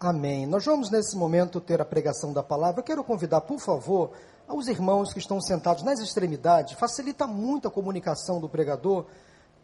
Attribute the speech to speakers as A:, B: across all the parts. A: Amém. Nós vamos nesse momento ter a pregação da palavra. Eu quero convidar, por favor, aos irmãos que estão sentados nas extremidades, facilita muito a comunicação do pregador,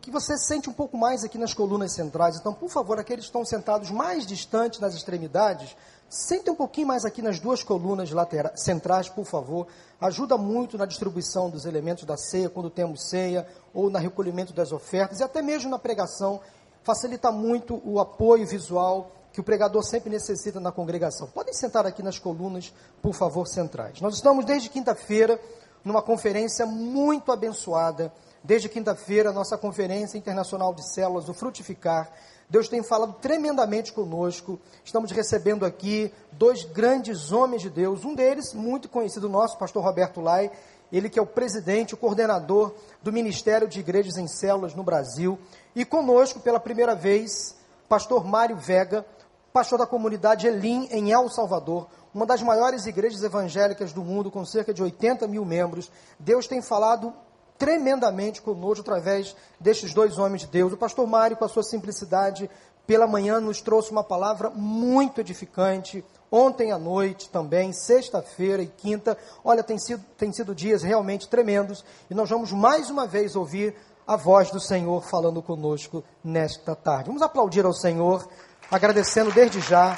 A: que você sente um pouco mais aqui nas colunas centrais. Então, por favor, aqueles que estão sentados mais distantes nas extremidades, sente um pouquinho mais aqui nas duas colunas laterais, centrais, por favor. Ajuda muito na distribuição dos elementos da ceia, quando temos ceia, ou no recolhimento das ofertas, e até mesmo na pregação. Facilita muito o apoio visual que o pregador sempre necessita na congregação. Podem sentar aqui nas colunas, por favor, centrais. Nós estamos desde quinta-feira numa conferência muito abençoada. Desde quinta-feira, nossa conferência internacional de células, o Frutificar. Deus tem falado tremendamente conosco. Estamos recebendo aqui dois grandes homens de Deus. Um deles, muito conhecido nosso, pastor Roberto Lai, ele que é o presidente, o coordenador do Ministério de Igrejas em Células no Brasil. E conosco, pela primeira vez, pastor Mário Vega, pastor da comunidade Elim, em El Salvador, uma das maiores igrejas evangélicas do mundo, com cerca de 80 mil membros. Deus tem falado tremendamente conosco através destes dois homens de Deus. O pastor Mário, com a sua simplicidade, pela manhã nos trouxe uma palavra muito edificante. Ontem à noite também, sexta-feira e quinta, olha, tem sido, tem sido dias realmente tremendos e nós vamos mais uma vez ouvir a voz do Senhor falando conosco nesta tarde. Vamos aplaudir ao Senhor agradecendo desde já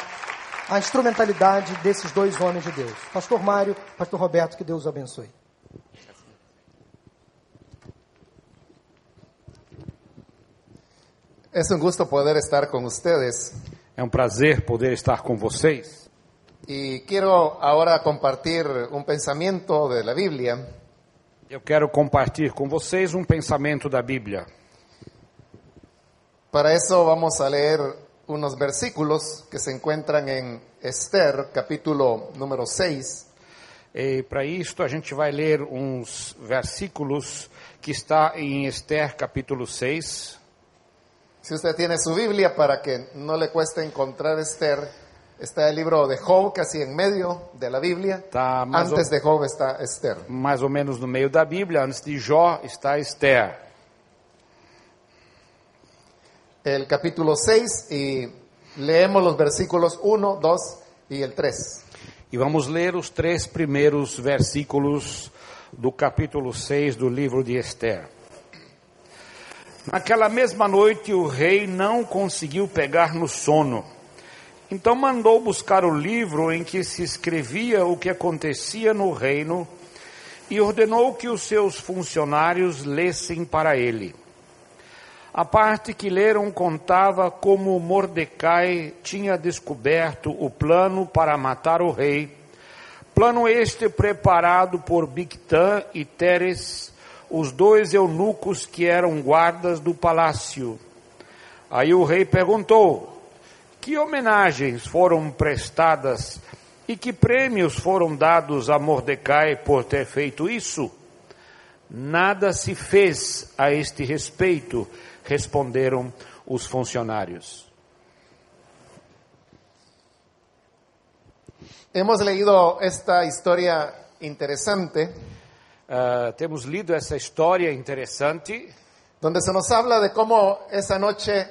A: a instrumentalidade desses dois homens de Deus. Pastor Mário, Pastor Roberto, que Deus abençoe.
B: Es un gusto poder estar con ustedes
C: É um prazer poder estar com vocês.
B: y quiero ahora compartir un pensamiento de la Biblia
C: Eu quero compartilhar com vocês um pensamento da Bíblia.
B: Para eso vamos a leer unos versículos que se encuentran en Esther, capítulo número 6,
C: E para isto a gente vai ler uns versículos que está em Esther capítulo 6.
B: Si usted tiene su Biblia, para que no le cueste encontrar Esther, está el libro de Job casi en medio de la Biblia.
C: Está más
B: Antes
C: o-
B: de Job está Esther.
C: Mais ou menos no meio da Bíblia, antes de Jó está Esther.
B: El capítulo 6 y leemos los versículos 1, 2 y el 3.
C: E vamos ler os três primeiros versículos do capítulo 6 do livro de Esther. Naquela mesma noite o rei não conseguiu pegar no sono. Então mandou buscar o livro em que se escrevia o que acontecia no reino e ordenou que os seus funcionários lessem para ele. A parte que leram contava como Mordecai tinha descoberto o plano para matar o rei. Plano este preparado por Bictã e Teres, os dois eunucos que eram guardas do palácio. Aí o rei perguntou: Que homenagens foram prestadas e que prêmios foram dados a Mordecai por ter feito isso? Nada se fez a este respeito, responderam os funcionários.
B: Hemos leído esta historia interesante
C: Ah, temos lido essa história interessante,
B: donde se nos habla de cómo esa noche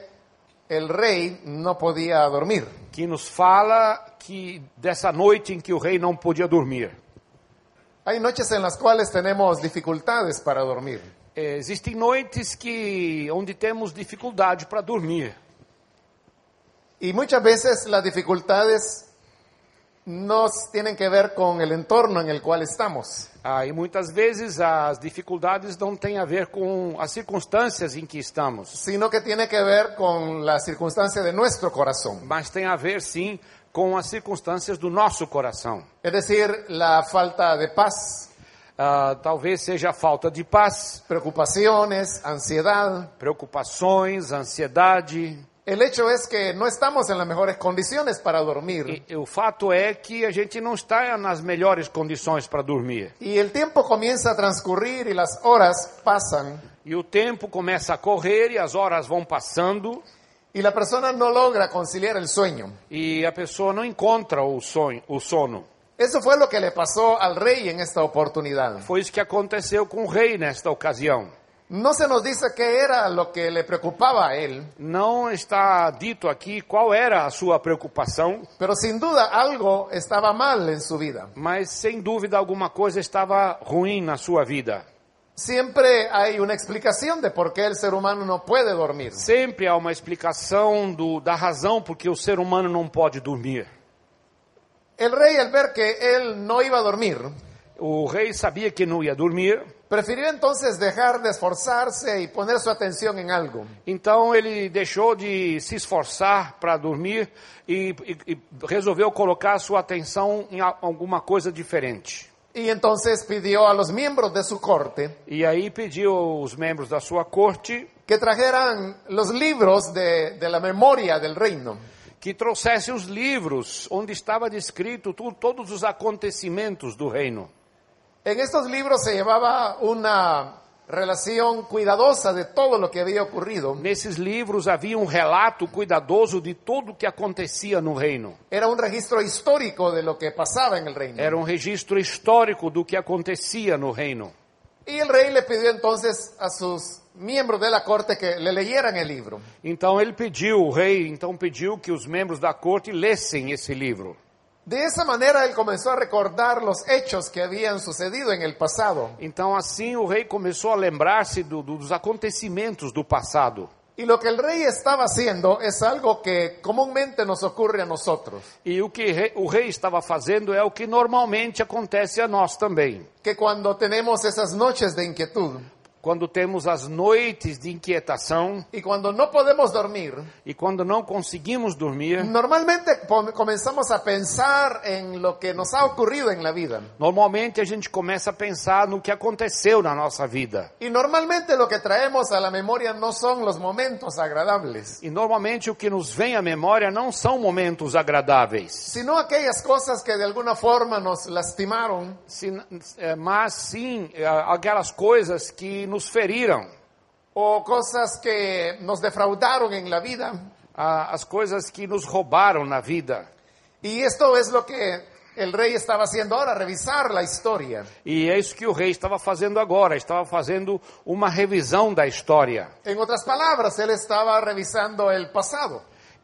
B: el rey no podía dormir.
C: que nos fala que dessa noite em que o rei não podia dormir.
B: Hay noches en las cuales tenemos dificultades para dormir.
C: Eh, existem noites que onde temos dificuldade para dormir.
B: Y muchas veces las dificultades nos tienen que ver con el entorno en el cual estamos.
C: Ah, e muitas vezes as dificuldades não têm a ver com as circunstâncias em que estamos,
B: sino que tiene que ver con la circunstancia de nuestro corazón.
C: mas tem a ver sim com as circunstâncias do nosso coração.
B: Es decir, la falta de paz,
C: Ah, talvez seja a falta de paz,
B: preocupaciones, ansiedad.
C: preocupações, ansiedade.
B: El hecho es que no estamos en las mejores condiciones para dormir.
C: E- e o fato é que a gente não está nas melhores condições para dormir.
B: Y el tiempo comienza a transcurrir y las horas pasan.
C: E o tempo começa a correr e as horas vão passando
B: Y la persona no logra conciliar el sueño.
C: e a pessoa não encontra o, sonho, o sono.
B: Eso fue lo que le pasó al rey en esta oportunidad.
C: Foi isso que aconteceu com o rei nesta ocasião.
B: No se nos dice qué era lo que le preocupaba a él,
C: Não está dito aqui qual era a sua preocupação,
B: pero sin duda algo estaba mal en su vida.
C: mas sem dúvida alguma coisa estava ruim na sua vida.
B: Siempre hay una explicación de por qué el ser humano no puede dormir.
C: Sempre há uma explicação do, da razão por que o ser humano não pode dormir.
B: El rey, al ver que él no iba a dormir,
C: O rei sabia que não ia dormir,
B: prefirió entonces dejar de esforzarse y poner su atenção em algo.
C: então ele deixou de se esforçar para dormir e, e- e resolveu colocar sua atenção em a- alguma coisa diferente.
B: Y entonces pidió a los miembros de su corte
C: E aí pediu aos membros da sua corte
B: que trajeran los libros de, de la memoria del reino.
C: que trouxesse os livros onde estava descrito tu, todos os acontecimentos do reino.
B: En estos libros se llevaba una relación cuidadosa de todo lo que había ocurrido.
C: Nesses livros havia um relato cuidadoso de tudo o que acontecia no reino.
B: Era un registro histórico de lo que pasaba en el reino.
C: Era um registro histórico do que acontecia no reino.
B: Y el rey le pidió entonces a sus miembros de la corte que le leyeran el libro.
C: Então ele pediu, o rei então pediu que os membros da corte lessem esse livro.
B: De esa manera él comenzó a recordar los hechos que habían sucedido en el pasado.
C: Então assim o rei começou a lembrar-se do- do- dos acontecimentos do passado.
B: Y lo que el rey estaba haciendo es algo que comúnmente nos ocurre a nosotros,
C: E o que re- o rei estava fazendo é o que normalmente acontece a nós também.
B: que cuando tenemos esas noches de inquietud
C: Quando temos as noites de inquietação
B: y cuando no podemos dormir,
C: e quando não conseguimos dormir,
B: normalmente pon- comenzamos a pensar en lo que nos ha ocurrido en la vida.
C: normalmente a gente começa a pensar no que aconteceu na nossa vida.
B: Y normalmente lo que traemos a la memoria no son los momentos agradables,
C: E normalmente o que nos vem à memória não são momentos agradáveis.
B: sino aquellas cosas que de alguna forma nos lastimaron
C: Sin- eh, mas sim eh, aquelas coisas que nos feriram,
B: o cosas que nos defraudaron en la vida.
C: a- as coisas que nos roubaram na vida.
B: Y esto es lo que el rey estaba haciendo ahora, revisar la historia.
C: E é isso que o rei estava fazendo agora, estava fazendo uma revisão da história.
B: En otras palabras, él estaba revisando el pasado.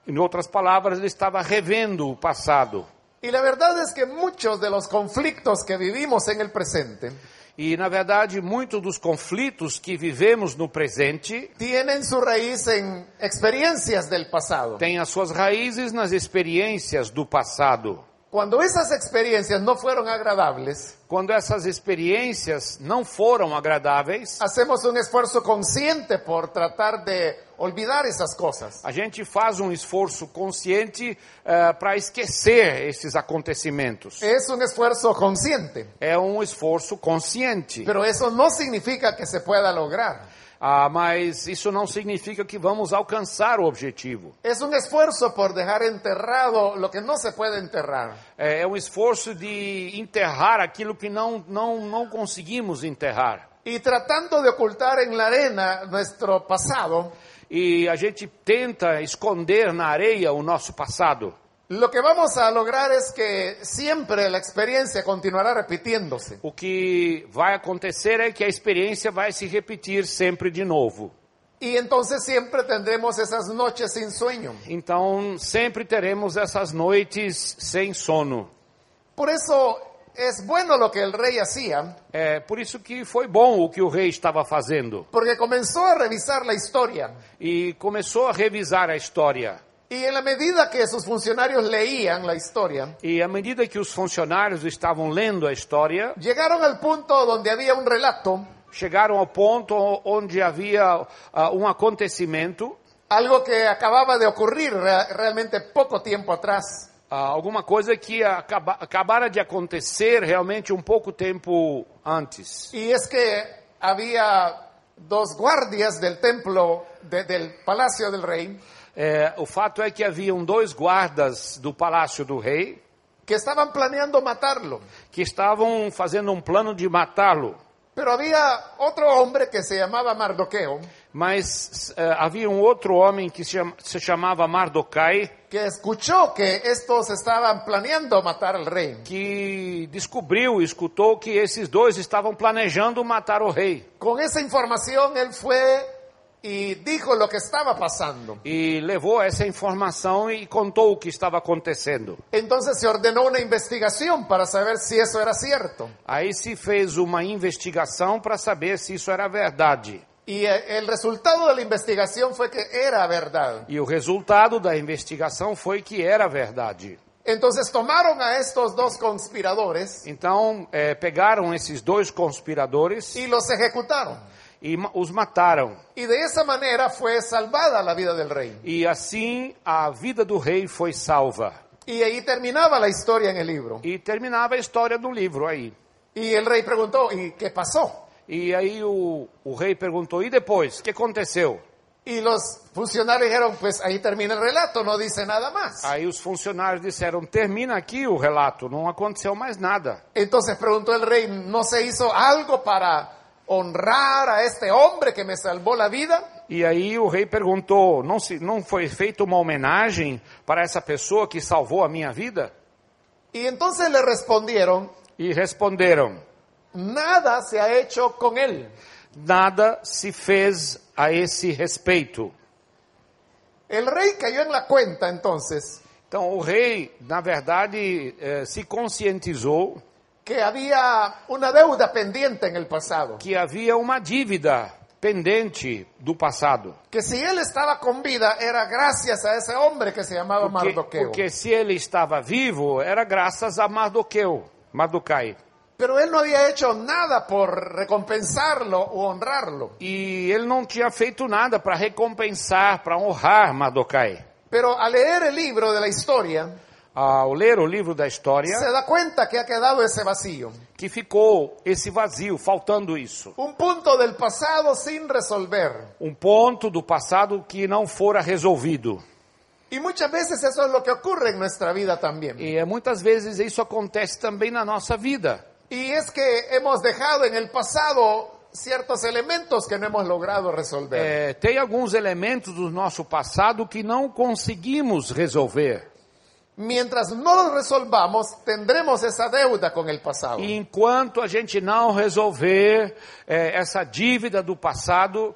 C: Em outras palavras, ele estava revendo o passado.
B: Y la verdad es que muchos de los conflictos que vivimos en el presente
C: E, na verdade, muitos dos conflitos que vivemos no presente
B: tienen su raíz en experiencias del pasado.
C: têm as suas raízes nas experiências do passado.
B: Cuando esas experiencias no fueron agradables,
C: Quando essas experiências não foram agradáveis,
B: hacemos un esfuerzo consciente por tratar de olvidar esas cosas.
C: A gente faz um esforço consciente para esquecer esses acontecimentos.
B: Es un esfuerzo consciente,
C: É um esforço consciente,
B: pero eso no significa que se pueda lograr.
C: Ah, mas isso não significa que vamos alcançar o objetivo.
B: Es un esfuerzo por dejar enterrado lo que no se puede enterrar.
C: É, é um esforço de enterrar aquilo que não, não, não conseguimos enterrar.
B: Y tratando de ocultar en la arena nuestro pasado,
C: E a gente tenta esconder na areia o nosso passado.
B: lo que vamos a lograr es que siempre la experiencia continuará repitiéndose.
C: O que vai acontecer é que a experiência vai se repetir sempre de novo.
B: Y entonces siempre tendremos esas noches sin sueño.
C: Então, sempre teremos essas noites sem sono.
B: Por eso es bueno lo que el rey hacía,
C: É por isso que foi bom o que o rei estava fazendo
B: porque comenzó a revisar la historia.
C: e começou a revisar a história.
B: Y en la medida que sus funcionarios leían la historia,
C: E à medida que os funcionários estavam lendo a história,
B: llegaron al punto donde había un relato,
C: chegaram ao ponto onde havia ah, um acontecimento,
B: algo que acababa de ocurrir re- realmente poco tiempo atrás.
C: ah, alguma coisa que acaba, acabara de acontecer realmente um pouco tempo antes.
B: Y es que había dos guardias del templo, de- del palacio del rey,
C: É, o fato é que haviam dois guardas do palácio do rei
B: que estaban planeando matarlo.
C: que estavam fazendo um plano de matá-lo.
B: Pero había otro hombre que se llamaba Mardoqueo,
C: Mas eh, havia um outro homem que se cham- se chamava Mardokai,
B: que escuchó que estos estaban planeando matar al rey.
C: que descobriu, escutou que esses dois estavam planejando matar o rei.
B: Con esa información él fue y dijo lo que estaba pasando.
C: E levou essa informação e contou o que estava acontecendo.
B: Entonces se ordenó una investigación para saber si eso era cierto.
C: Aí se fez uma investigação para saber se isso era verdade.
B: Y eh, el resultado de la investigación fue que era verdad.
C: E o resultado da investigação foi que era verdade.
B: Entonces tomaron a estos dos conspiradores
C: Então eh, pegaram esses dois conspiradores
B: y los ejecutaron.
C: e ma- os mataram.
B: Y de esa manera fue salvada la vida del rey.
C: E assim a vida do rei foi salva.
B: Y ahí terminaba la historia en el libro.
C: E terminava a história do livro aí.
B: Y el rey preguntó, ¿y qué pasó?
C: E aí o, o rei perguntou: e depois? O que aconteceu?
B: Y los funcionarios dijeron, pues ahí termina el relato, no dice nada más.
C: Aí os funcionários disseram: termina aqui o relato, não aconteceu mais nada.
B: Entonces preguntó el rey, ¿no se hizo algo para honrar a este hombre que me salvó la vida?
C: E aí o rei perguntou: não, se, não foi feita uma homenagem para essa pessoa que salvou a minha vida?
B: Y entonces le respondieron,
C: E responderam:
B: nada se ha hecho con él.
C: nada se fez a esse respeito.
B: El rey cayó en la cuenta entonces
C: Então o rei, na verdade, eh, se conscientizou
B: que había una deuda pendiente en el pasado,
C: que havia uma dívida pendente do passado.
B: que si él estaba con vida era gracias a ese hombre que se llamaba
C: Porque,
B: Mardoqueo.
C: porque se ele estava vivo, era graças a Mardoqueu, Mardokai.
B: Pero él no había hecho nada por recompensarlo o honrarlo.
C: E ele não tinha feito nada para recompensar, para honrar Mardokai.
B: Pero al leer el libro de la historia,
C: Ao ler o livro da história,
B: se da cuenta que ha quedado ese vacío.
C: que ficou esse vazio, faltando isso.
B: Un punto del pasado sin resolver.
C: Um ponto do passado que não fora resolvido.
B: Y muchas veces eso es lo que ocurre en nuestra vida también.
C: E eh, muitas vezes isso acontece também na nossa vida.
B: Y es que hemos dejado en el pasado ciertos elementos que no hemos logrado resolver.
C: Eh, tem alguns elementos do nosso passado que não conseguimos resolver.
B: Mientras no los resolvamos, tendremos esa deuda con el pasado.
C: E enquanto a gente não resolver eh, essa dívida do passado,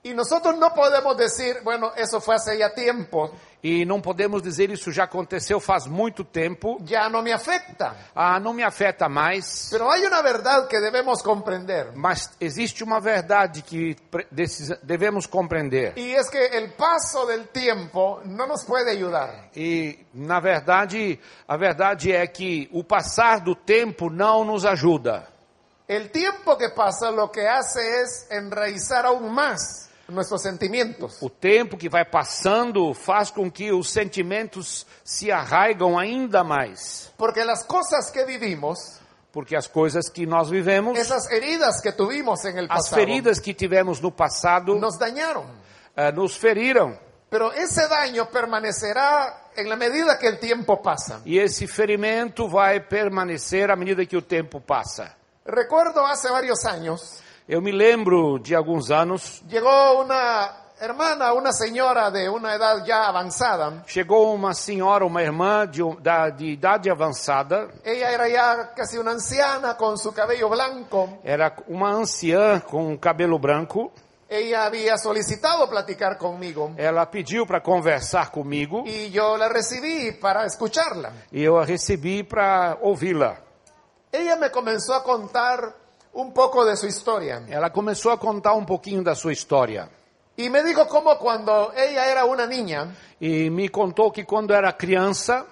B: Y nosotros no podemos decir, bueno, eso fue hace ya tiempo,
C: e não podemos dizer isso já aconteceu faz muito tempo,
B: ya no me afecta.
C: ah, não me afeta mais,
B: Pero hay una verdad que debemos comprender.
C: mas existe uma verdade que pre- decis- devemos compreender.
B: Y es que el paso del tiempo no nos puede ayudar.
C: E, na verdade, a verdade é que o passar do tempo não nos ajuda.
B: El tiempo que pasa lo que hace es enraizar aún más nuestros sentimientos.
C: O tempo que vai passando faz com que os sentimentos se arraigam ainda mais,
B: Porque las cosas que vivimos,
C: porque as coisas que nós vivemos
B: esas heridas que tuvimos en el
C: As
B: pasado,
C: feridas que tivemos no passado
B: nos dañaron.
C: eh, nos feriram.
B: Pero ese daño permanecerá en la medida que el tiempo pasa.
C: E esse ferimento vai permanecer à medida que o tempo passa.
B: Recuerdo hace varios años,
C: Eu me lembro de alguns anos,
B: llegó una hermana, una señora de una edad ya avanzada.
C: chegou uma senhora, uma irmã de, um- da, de idade avançada,
B: Ella era ya casi una anciana con su cabello blanco.
C: era uma anciã com cabelo branco.
B: Ella había solicitado platicar conmigo.
C: Ela pediu para conversar comigo
B: y yo la recibí para escucharla.
C: e eu a recebi para ouvi-la.
B: Ella me comenzó a contar un poco de su historia
C: Ela começou a contar um pouquinho da sua história
B: y me dijo cómo cuando ella era una niña,
C: e me contou que quando era criança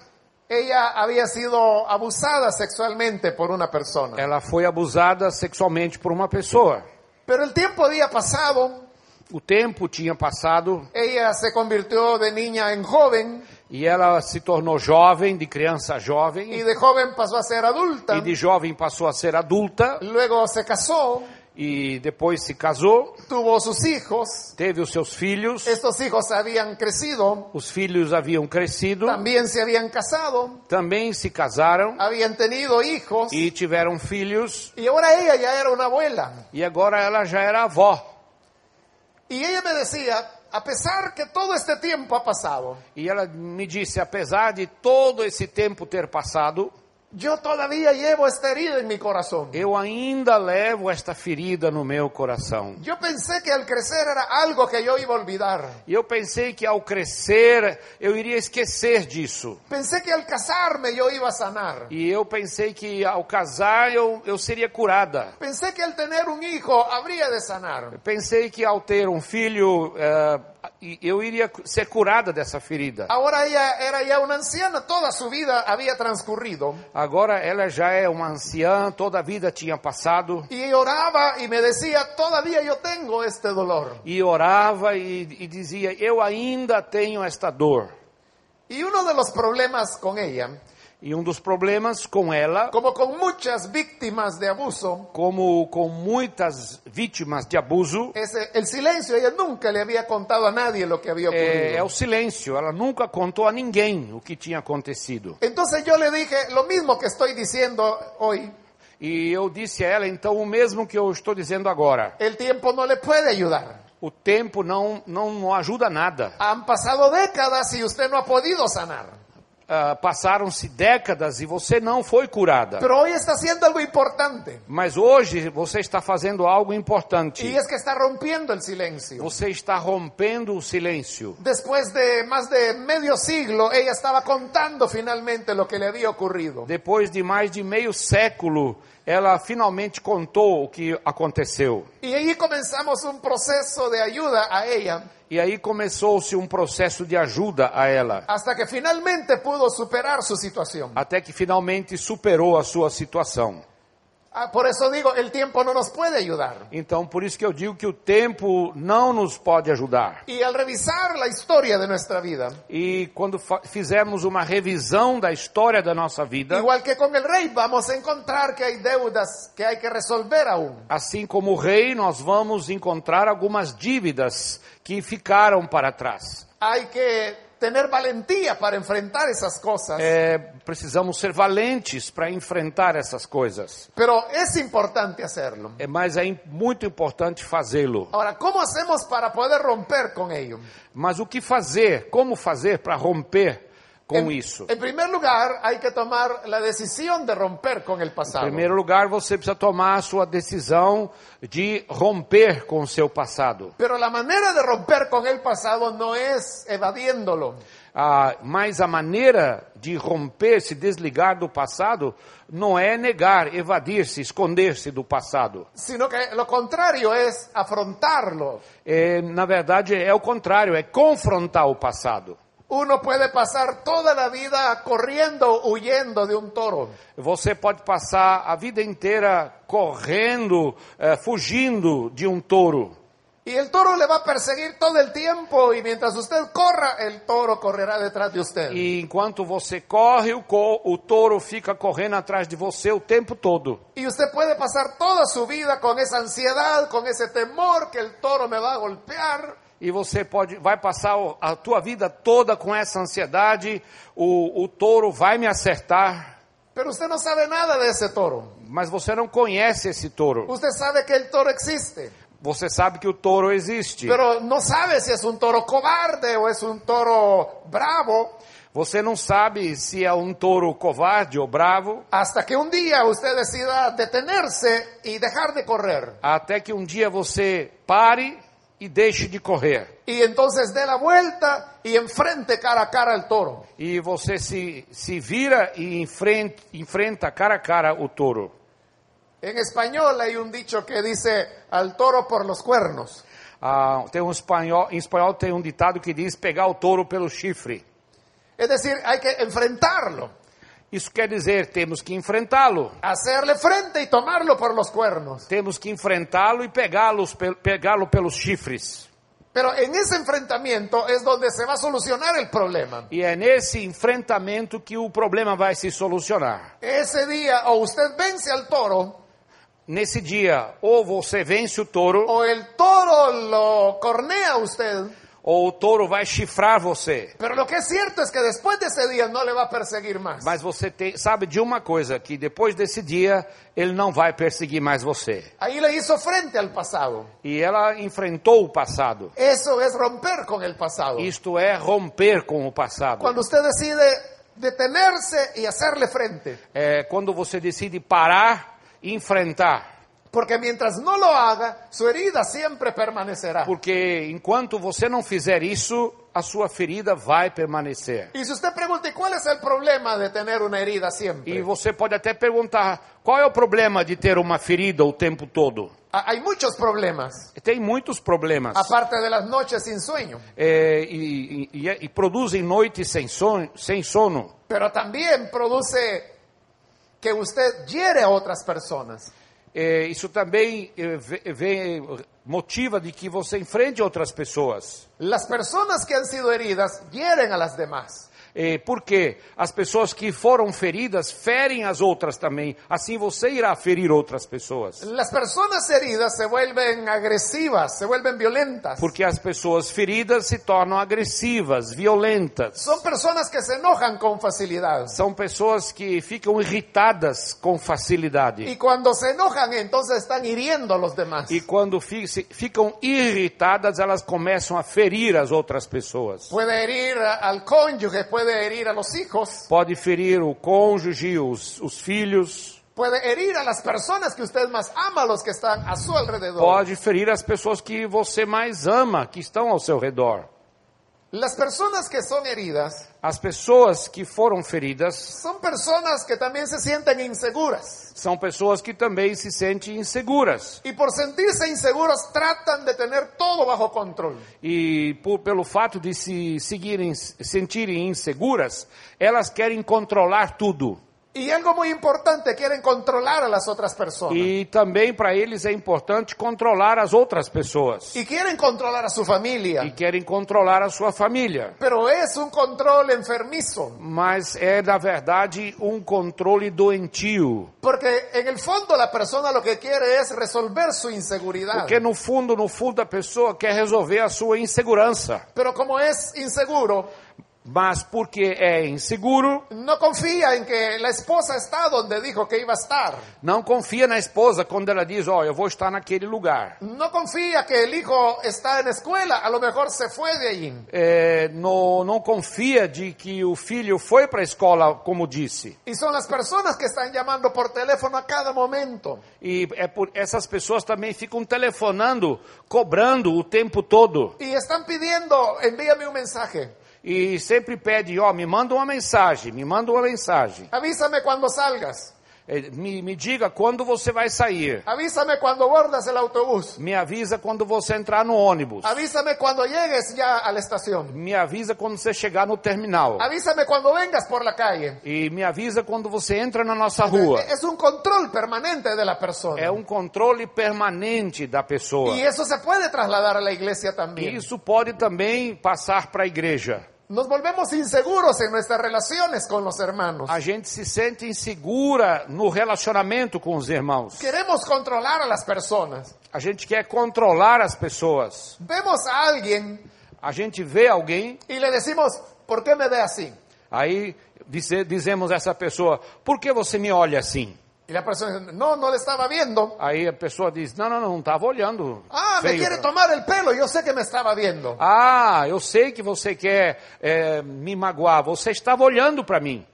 B: ella había sido abusada sexualmente por una persona.
C: Ela foi abusada sexualmente por uma pessoa.
B: Pero el tiempo había pasado,
C: O tempo tinha passado
B: ella se convirtió de niña en joven
C: e ela se tornou jovem, de criança
B: y
C: jovem,
B: de joven pasó a ser adulta.
C: e de jovem passou a ser adulta
B: Luego se casó,
C: e depois se casou,
B: tuvo sus hijos,
C: teve os seus filhos,
B: estos hijos habían crecido,
C: os filhos haviam crescido,
B: también se habían casado,
C: também se casaram
B: habían tenido hijos.
C: e tiveram filhos
B: Y ahora ella ya era una abuela.
C: e agora ela já era avó.
B: Y ella me decía, a pesar que todo este tiempo ha pasado,
C: E ela me disse: apesar de todo esse tempo ter passado,
B: yo todavía llevo esta herida en mi corazón.
C: eu ainda levo esta ferida no meu coração.
B: Yo pensé que al crecer era algo que yo iba a olvidar.
C: E eu pensei que ao crescer eu iria esquecer disso.
B: Pensé que al casarme yo iba a sanar.
C: E eu pensei que ao casar eu, eu seria curada.
B: Pensé que al tener un hijo habría de sanar.
C: Pensei que ao ter um filho eh, eu iria ser curada dessa ferida.
B: Ahora ella era ya una anciana, toda su vida había transcurrido.
C: Agora ela já é uma anciã, toda a vida tinha passado.
B: Y oraba y me decía, todavía yo tengo este dolor.
C: E orava e, e dizia: Eu ainda tenho esta dor.
B: Y uno de los problemas con ella,
C: E um dos problemas com ela,
B: como con muchas víctimas de abuso,
C: como com muitas vítimas de abuso,
B: es el silencio. Ella nunca le había contado a nadie lo que había
C: é, é
B: ocurrido.
C: o silêncio. Ela nunca contou a ninguém o que tinha acontecido.
B: Entonces yo le dije lo mismo que estoy diciendo hoy.
C: E eu disse a ela: Então, o mesmo que eu estou dizendo agora,
B: El tiempo no le puede ayudar.
C: o tempo não, não, não ajuda nada.
B: Han pasado décadas y usted no ha podido sanar.
C: Ah, Passaram-se décadas e você não foi curada.
B: Pero hoy está haciendo algo importante.
C: Mas hoje você está fazendo algo importante.
B: Y es que está rompiendo el silencio.
C: Você está rompendo o silêncio.
B: Después de más de medio siglo, ella estaba contando finalmente lo que le había ocurrido.
C: Depois de mais de meio século, ela finalmente contou o que aconteceu.
B: Y ahí comenzamos un proceso de ayuda a ella
C: E aí começou-se um processo de ajuda a ela,
B: hasta que finalmente pudo superar su situación.
C: até que finalmente superou a sua situação.
B: Ah, por eso digo, el tiempo no nos puede ayudar.
C: Então, por isso que eu digo que o tempo não nos pode ajudar.
B: Y al revisar la historia de nuestra vida,
C: E quando fa- fizermos uma revisão da história da nossa vida,
B: igual que con el rey, vamos a encontrar que hay deudas que hay que resolver aún.
C: assim como o rei, nós vamos encontrar algumas dívidas que ficaram para trás.
B: Hay que tener valentía para enfrentar esas cosas.
C: É, precisamos ser valentes para enfrentar essas coisas.
B: Pero es importante hacerlo.
C: É, mas é im- muito importante fazê-lo.
B: Ahora, ¿cómo hacemos para poder romper con ello?
C: Mas o que fazer? Como fazer para romper com
B: en,
C: isso?
B: En primer lugar, hay que tomar la decisión de romper con el
C: Em
B: pasado.
C: primeiro lugar, você precisa tomar a sua decisão de romper com o seu passado.
B: Pero la manera de romper con el pasado no es evadiéndolo,
C: Ah, mas a maneira de romper, se desligar do passado, não é negar, evadir-se, esconder-se do passado.
B: sino que lo contrario es afrontarlo.
C: É, na verdade, é o contrário, é confrontar o passado.
B: Uno puede pasar toda la vida corriendo, huyendo de un toro,
C: Você pode passar a vida inteira correndo, eh, fugindo de um touro.
B: y el toro le va a perseguir todo el tiempo y mientras usted corra, el toro correrá detrás de usted.
C: E enquanto você corre, o, co- o touro fica correndo atrás de você o tempo todo.
B: Y usted puede pasar toda su vida con esa ansiedad, con ese temor que el toro me va a golpear.
C: E você pode, vai passar o- a tua vida toda com essa ansiedade. O, o touro vai me acertar,
B: Pero usted no sabe nada de ese toro.
C: mas você não conhece esse touro.
B: Usted sabe que el toro existe,
C: Você sabe que o touro existe.
B: pero no sabe si es un toro cobarde o es un toro bravo.
C: Você não sabe se é um touro covarde ou bravo.
B: Hasta que un día usted decida detenerse y dejar de correr.
C: até que um dia você pare e deixe de correr.
B: Y entonces dé la vuelta y enfrente cara a cara al toro.
C: E você se, se vira e enfrenta, enfrenta cara a cara o touro.
B: En español hay un dicho que dice al toro por los cuernos.
C: Ah, tem um espanhol, em espanhol tem um ditado que diz pegar o touro pelo chifre.
B: Es decir, hay que enfrentarlo.
C: Isso quer dizer, temos que enfrentá-lo.
B: hacerle frente y tomarlo por los cuernos.
C: Temos que enfrentá-lo e pegá-lo pegá pelos chifres.
B: Pero en ese enfrentamiento es donde se va a solucionar el problema.
C: E é nesse enfrentamento que o problema vai se solucionar.
B: Ese día o usted vence al toro
C: Nesse dia, ou você vence o touro,
B: o el toro lo cornea a usted
C: ou o touro vai chifrar você.
B: Pero lo que es cierto es que después de ese día no le va a perseguir más.
C: Mas você tem, sabe de uma coisa, que depois desse dia, ele não vai perseguir mais você.
B: Ahí le hizo frente al pasado.
C: E ela enfrentou o passado.
B: Eso es romper con el pasado.
C: Isto é romper com o passado.
B: Cuando usted decide detenerse y hacerle frente.
C: É quando você decide parar, enfrentar.
B: Porque mientras no lo haga, su herida siempre permanecerá.
C: Porque enquanto você não fizer isso, a sua ferida vai permanecer.
B: Y si usted pregunta, ¿y cuál es el problema de tener una herida
C: E
B: siempre?
C: você pode até perguntar: qual é o problema de ter uma ferida o tempo todo?
B: Ha- Ah, Hay muchos problemas,
C: Tem muitos problemas.
B: aparte de las noches sin sueño.
C: É, e, e- e- e produzem noites sem sono, sem sono.
B: Pero también produce que usted hiere a otras personas.
C: É, isso também é, ve- ve- motiva de que você enfrente outras pessoas.
B: Las personas que han sido heridas hieren a las demás.
C: É, porque as pessoas que foram feridas ferem as outras também. Assim você irá ferir outras pessoas.
B: Las personas heridas se vuelven agresivas, se vuelven violentas.
C: Porque as pessoas feridas se tornam agressivas, violentas.
B: Son personas que se enojan con facilidad.
C: São pessoas que ficam irritadas com facilidade.
B: Y cuando se enojan, entonces están hiriendo a los demás.
C: E quando fi- se- ficam irritadas, elas começam a ferir as outras pessoas.
B: Puede herir a- al cónyuge, puede herir a los hijos,
C: Pode ferir o cônjuge, os, os filhos,
B: puede herir a las personas que usted más ama, los que están a su alrededor.
C: pode ferir as pessoas que você mais ama, que estão ao seu redor.
B: Las personas que son heridas
C: As pessoas que foram feridas
B: son personas que también se sienten inseguras.
C: são pessoas que também se sentem inseguras.
B: Y por sentirse inseguros tratan de tener todo bajo control.
C: E por, pelo fato de se seguirem, sentirem inseguras, elas querem controlar tudo.
B: Y algo muy importante, quieren controlar a las otras personas.
C: E também para eles é importante controlar as outras pessoas.
B: Y quieren controlar a su
C: E
B: familia.
C: querem controlar a sua família.
B: Pero es un control enfermizo.
C: Mas é, na verdade, um controle doentio.
B: Porque en el fondo la persona lo que quiere es resolver su inseguridad.
C: Porque no fundo, no fundo, a pessoa quer resolver a sua insegurança.
B: Pero como es inseguro,
C: Mas porque é inseguro,
B: no confía en que la esposa está donde dijo que iba a estar.
C: não confia na esposa quando ela diz: Ó, eu vou estar naquele lugar.
B: No confía que el hijo está en escuela, a lo mejor se fue de allí.
C: É, no, não confia de que o filho foi para a escola, como disse.
B: Y son las personas que están llamando por teléfono a cada momento.
C: E é por, essas pessoas também ficam telefonando, cobrando o tempo todo.
B: Y están pidiendo, envíame un mensaje,
C: E sempre pede, ó, me manda uma mensagem, me manda uma mensagem.
B: avísame cuando salgas,
C: Eh, Me, me diga quando você vai sair.
B: avísame cuando bordas el autobús,
C: Me avisa quando você entrar no ônibus.
B: avísame cuando llegues ya a la estación,
C: Me avisa quando você chegar no terminal.
B: avísame cuando vengas por la calle.
C: E me avisa quando você entra na nossa rua.
B: Es un control permanente de la
C: É
B: persona.
C: um controle permanente da pessoa.
B: Y eso se puede trasladar a la iglesia
C: E
B: también.
C: isso pode também passar para a igreja.
B: Nos volvemos inseguros en nuestras relaciones con los hermanos.
C: A gente se sente insegura no relacionamento com os irmãos.
B: Queremos controlar a las personas.
C: A gente quer controlar as pessoas.
B: Vemos a alguien
C: A gente vê alguém
B: y le decimos, ¿por qué me ve así?
C: Aí dize- dizemos a essa pessoa, por que você me olha assim?
B: Y la persona dice, no, no le estaba viendo.
C: Aí a pessoa diz, não, não, não, não estava olhando.
B: Ah, me
C: Feio.
B: quiere tomar el pelo, yo sé que me estaba viendo.
C: Ah, eu sei que você quer eh, me magoar, você estava olhando para mim.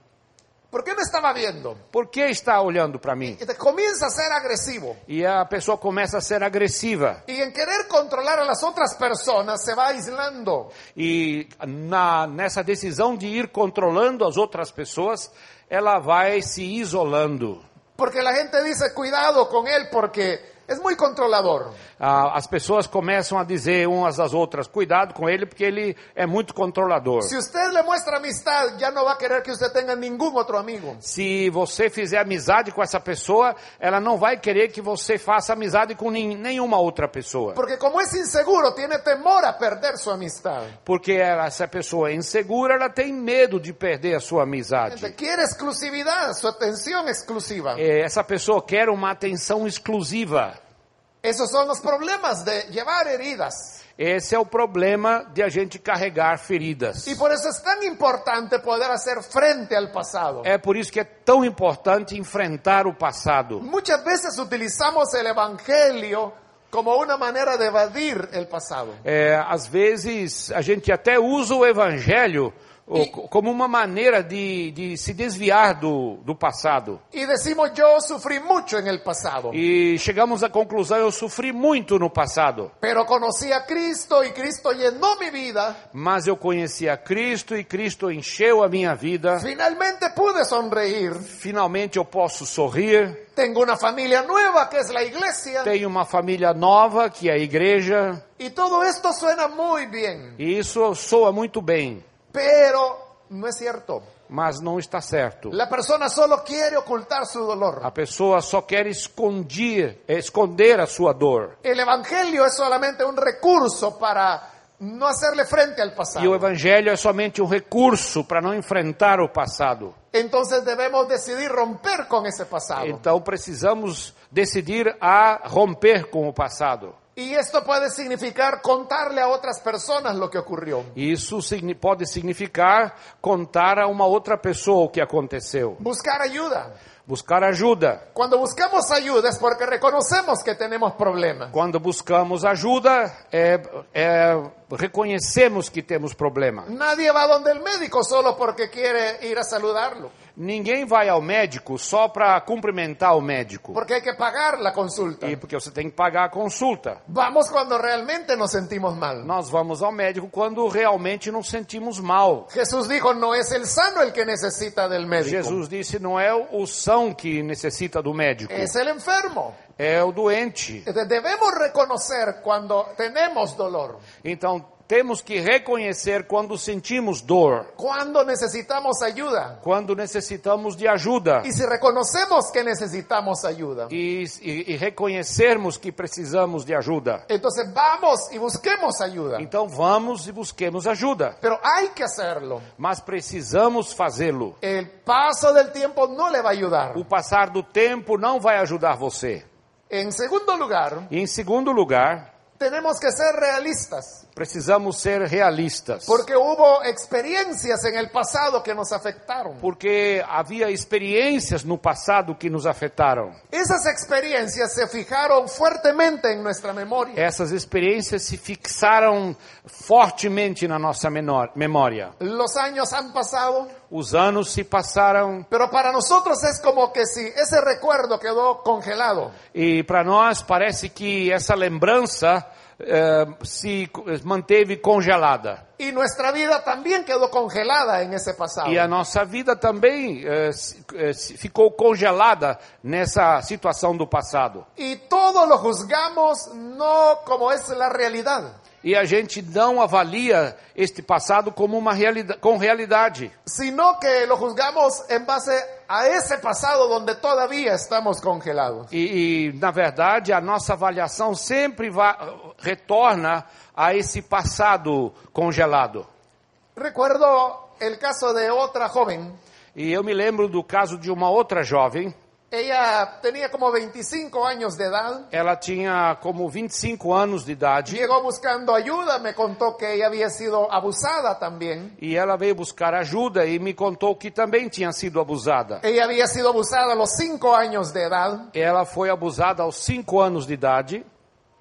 B: ¿Por qué me estaba viendo?
C: Por que está olhando para mim?
B: Y te comienza a ser agresivo.
C: E a pessoa começa a ser agressiva.
B: Y en querer controlar a las otras personas se va aislando.
C: E na, nessa decisão de ir controlando as outras pessoas, ela vai se isolando.
B: Porque la gente dice, cuidado con él porque es muy controlador.
C: Ah, as pessoas começam a dizer umas às outras, cuidado com ele porque ele é muito controlador.
B: Si usted le muestra amistad, ya no va a querer que usted tenga ningún otro amigo.
C: Se você fizer amizade com essa pessoa, ela não vai querer que você faça amizade com nin- nenhuma outra pessoa.
B: Porque como es inseguro, tiene temor a perder su amistad.
C: Porque ela, essa pessoa é insegura, ela tem medo de perder a sua amizade.
B: Gente quiere exclusividad, su atención exclusiva.
C: É, Essa pessoa quer uma atenção exclusiva.
B: Esos son los problemas de llevar heridas.
C: Esse é o problema de a gente carregar feridas.
B: Y por eso es tan importante poder hacer frente al pasado.
C: É por isso que é tão importante enfrentar o passado.
B: Muchas veces utilizamos el Evangelio como una manera de evadir el pasado.
C: É, às vezes a gente até usa o evangelho ou co- como uma maneira de, de se desviar do, do passado.
B: Y decimos yo sufrí mucho en el pasado,
C: E chegamos à conclusão: eu sofri muito no passado,
B: pero conocí a Cristo y Cristo llenó mi vida.
C: mas eu conheci a Cristo e Cristo encheu a minha vida.
B: Finalmente pude sonreír.
C: Finalmente eu posso sorrir.
B: Tengo una familia nueva que es la iglesia.
C: Tenho uma família nova que é a igreja.
B: Y todo esto suena muy bien,
C: E isso soa muito bem,
B: pero no es cierto.
C: mas não está certo.
B: La persona solo quiere ocultar su
C: A
B: dolor.
C: pessoa só quer esconder, esconder a sua dor.
B: El evangelio es solamente un recurso para no hacerle frente al
C: E o
B: pasado.
C: evangelho é somente um recurso para não enfrentar o passado.
B: Entonces debemos decidir romper con ese pasado.
C: Então precisamos decidir a romper com o passado.
B: Y esto puede significar contarle a otras personas lo que ocurrió.
C: E Isso signi- pode significar contar a uma outra pessoa o que aconteceu,
B: Buscar ayuda.
C: buscar ajuda.
B: Cuando buscamos ayuda es porque reconocemos que tenemos problemas.
C: Quando buscamos ajuda, é, é, reconhecemos que temos problema.
B: Nadie va donde el médico solo porque quiere ir a saludarlo,
C: Ninguém vai ao médico só para cumprimentar o médico,
B: porque hay que pagar la consulta.
C: e porque você tem que pagar a consulta.
B: Vamos cuando realmente nos sentimos mal.
C: Nós vamos ao médico quando realmente nos sentimos mal.
B: Jesús dijo, no es el sano el que necesita del médico,
C: Jesus disse: não é o o são que necessita do médico,
B: es el enfermo.
C: é o doente.
B: Entonces, Debemos reconocer cuando tenemos dolor,
C: Então temos que reconhecer quando sentimos dor,
B: cuando necesitamos ayuda.
C: quando necessitamos de ajuda
B: Y si reconocemos que necesitamos ayuda,
C: e, e- e reconhecermos que precisamos de ajuda.
B: entonces vamos y busquemos ayuda.
C: Então vamos e busquemos ajuda,
B: Pero hay que hacerlo.
C: mas precisamos fazê-lo.
B: El paso del tiempo no le va a ayudar.
C: O passar do tempo não vai ajudar você.
B: En segundo lugar,
C: E em segundo lugar,
B: tenemos que ser realistas,
C: precisamos ser realistas.
B: porque hubo experiencias en el pasado que nos afectaron.
C: porque havia experiências no passado que nos afetaram.
B: Esas experiencias se fijaron fuertemente en nuestra memoria.
C: Essas experiências se fixaram fortemente na nossa menor- memória.
B: Los años han pasado,
C: Os anos se passaram
B: pero para nosotros es como que si ese recuerdo quedó congelado.
C: e para nós parece que essa lembrança eh, se co- manteve congelada.
B: Y nuestra vida también quedó congelada en ese pasado.
C: E a nossa vida também eh, se- eh, se- ficou congelada nessa situação do passado.
B: Y todo lo juzgamos no como es la realidad,
C: E a gente não avalia este passado como uma realida com realidade.
B: sino que lo juzgamos en base a ese pasado donde todavía estamos congelados.
C: E, e, na verdade, a nossa avaliação sempre va- retorna a esse passado congelado.
B: Recuerdo el caso de otra joven.
C: E eu me lembro do caso de uma outra jovem.
B: Ella tenía como 25 años de edad.
C: Ela tinha como 25 anos de idade
B: Llegó buscando ayuda, me contó que ella había sido abusada también.
C: e ela veio buscar ajuda e me contou que também tinha sido abusada.
B: Ella había sido abusada a los 5 años de edad
C: Ela foi abusada aos 5 anos de idade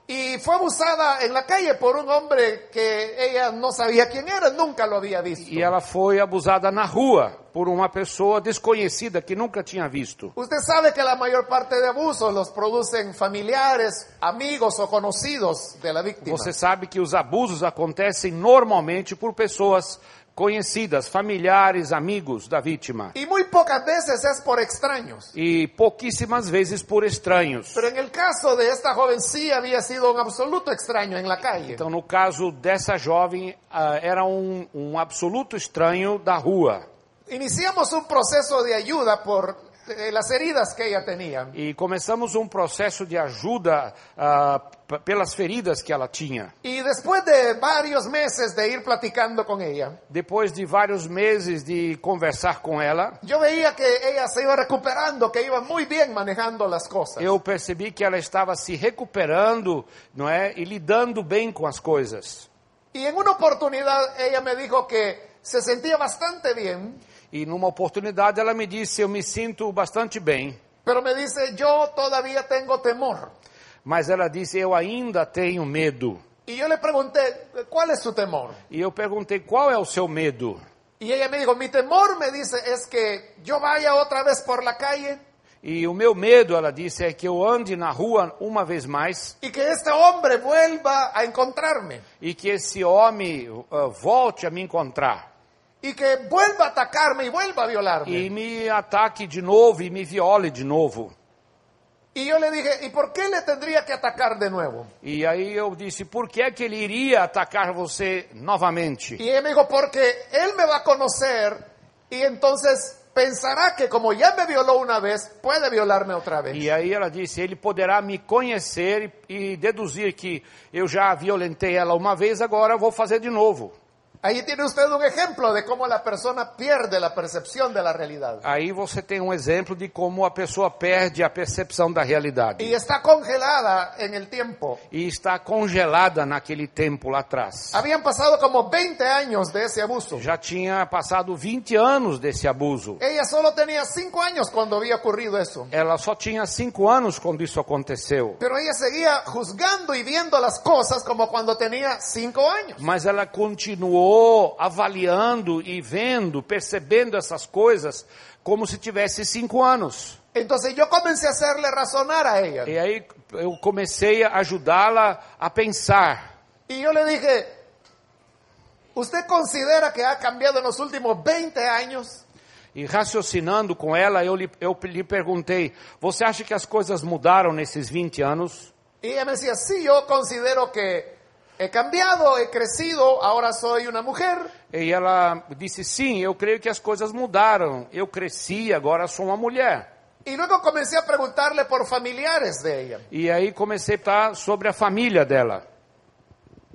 B: y fue abusada en la calle por un hombre que ella no sabía quién era, nunca lo había visto.
C: e ela foi abusada na rua por uma pessoa desconhecida que nunca tinha visto.
B: Usted sabe que la mayor parte de abusos los producen familiares, amigos o conocidos de la víctima.
C: Você sabe que os abusos acontecem normalmente por pessoas conhecidas, familiares, amigos da vítima.
B: Y muy pocas veces es por extraños.
C: E pouquíssimas vezes por estranhos.
B: Pero en el caso de esta joven sí había sido un absoluto extraño en la calle.
C: Então, no caso dessa jovem, ah, era um, um absoluto estranho da rua.
B: Iniciamos un proceso de ayuda por eh, las heridas que ella tenía.
C: E começamos um processo de ajuda ah, p- pelas feridas que ela tinha.
B: Y después de varios meses de ir platicando con ella,
C: Depois de vários meses de conversar com ela,
B: yo veía que ella se iba recuperando, que iba muy bien manejando las cosas.
C: eu percebi que ela estava se recuperando, não é? E lidando bem com as coisas.
B: Y en una oportunidad ella me dijo que se sentía bastante bien,
C: E numa oportunidade ela me disse: "Eu me sinto bastante bem",
B: pero me dice, yo todavía tengo temor.
C: mas ela disse: "Eu ainda tenho medo".
B: Y yo le pregunté, ¿cuál es tu temor?
C: E eu perguntei: "Qual é o seu medo?"
B: Y ella me dijo, mi temor, me dice, es que yo vaya otra vez por la calle
C: E o meu medo, ela disse, é que eu ande na rua uma vez mais
B: y que este hombre vuelva a encontrarme
C: e que esse homem ah, volte a me encontrar
B: y que vuelva a atacarme y vuelva a violarme.
C: e me ataque de novo e me viole de novo.
B: Y yo le dije, ¿y por qué le tendría que atacar de nuevo?
C: E aí eu disse, por que é que ele iria atacar você novamente?
B: Y ella me dijo, porque él me va a conocer y entonces pensará que como ya me violó una vez, puede violarme otra vez.
C: E aí ela disse, ele poderá me conhecer e, e deduzir que eu já violentei ela uma vez, agora eu vou fazer de novo.
B: Ahí tiene usted un ejemplo de cómo la persona pierde la percepción de la realidad.
C: Aí você tem um exemplo de como a pessoa perde a percepção da realidade.
B: Y está congelada en el tiempo.
C: e está congelada naquele tempo lá atrás.
B: Habían pasado como 20 años de ese abuso.
C: Já tinha passado 20 anos desse abuso.
B: Ella solo tenía 5 años cuando había ocurrido eso.
C: Ela só tinha 5 anos quando isso aconteceu.
B: Pero ella seguía juzgando y viendo las cosas como cuando tenía 5 años.
C: Mas ela continuou avaliando e vendo, percebendo essas coisas como se tivesse 5 anos.
B: Entonces yo comencé a hacerle razonar a ella.
C: E aí eu comecei a ajudá-la a pensar.
B: Y yo le dije, ¿usted considera que ha cambiado en los últimos 20 años?
C: E raciocinando com ela, eu lhe, eu lhe perguntei: Você acha que as coisas mudaram nesses 20 anos?
B: Y ella me decía, sí, yo considero que he cambiado, he crecido, ahora soy una mujer.
C: E ela disse: Sim, eu creio que as coisas mudaram. Eu cresci, agora sou uma mulher.
B: Y luego comencé a preguntarle por familiares de ella,
C: E aí comecei a falar sobre a família dela.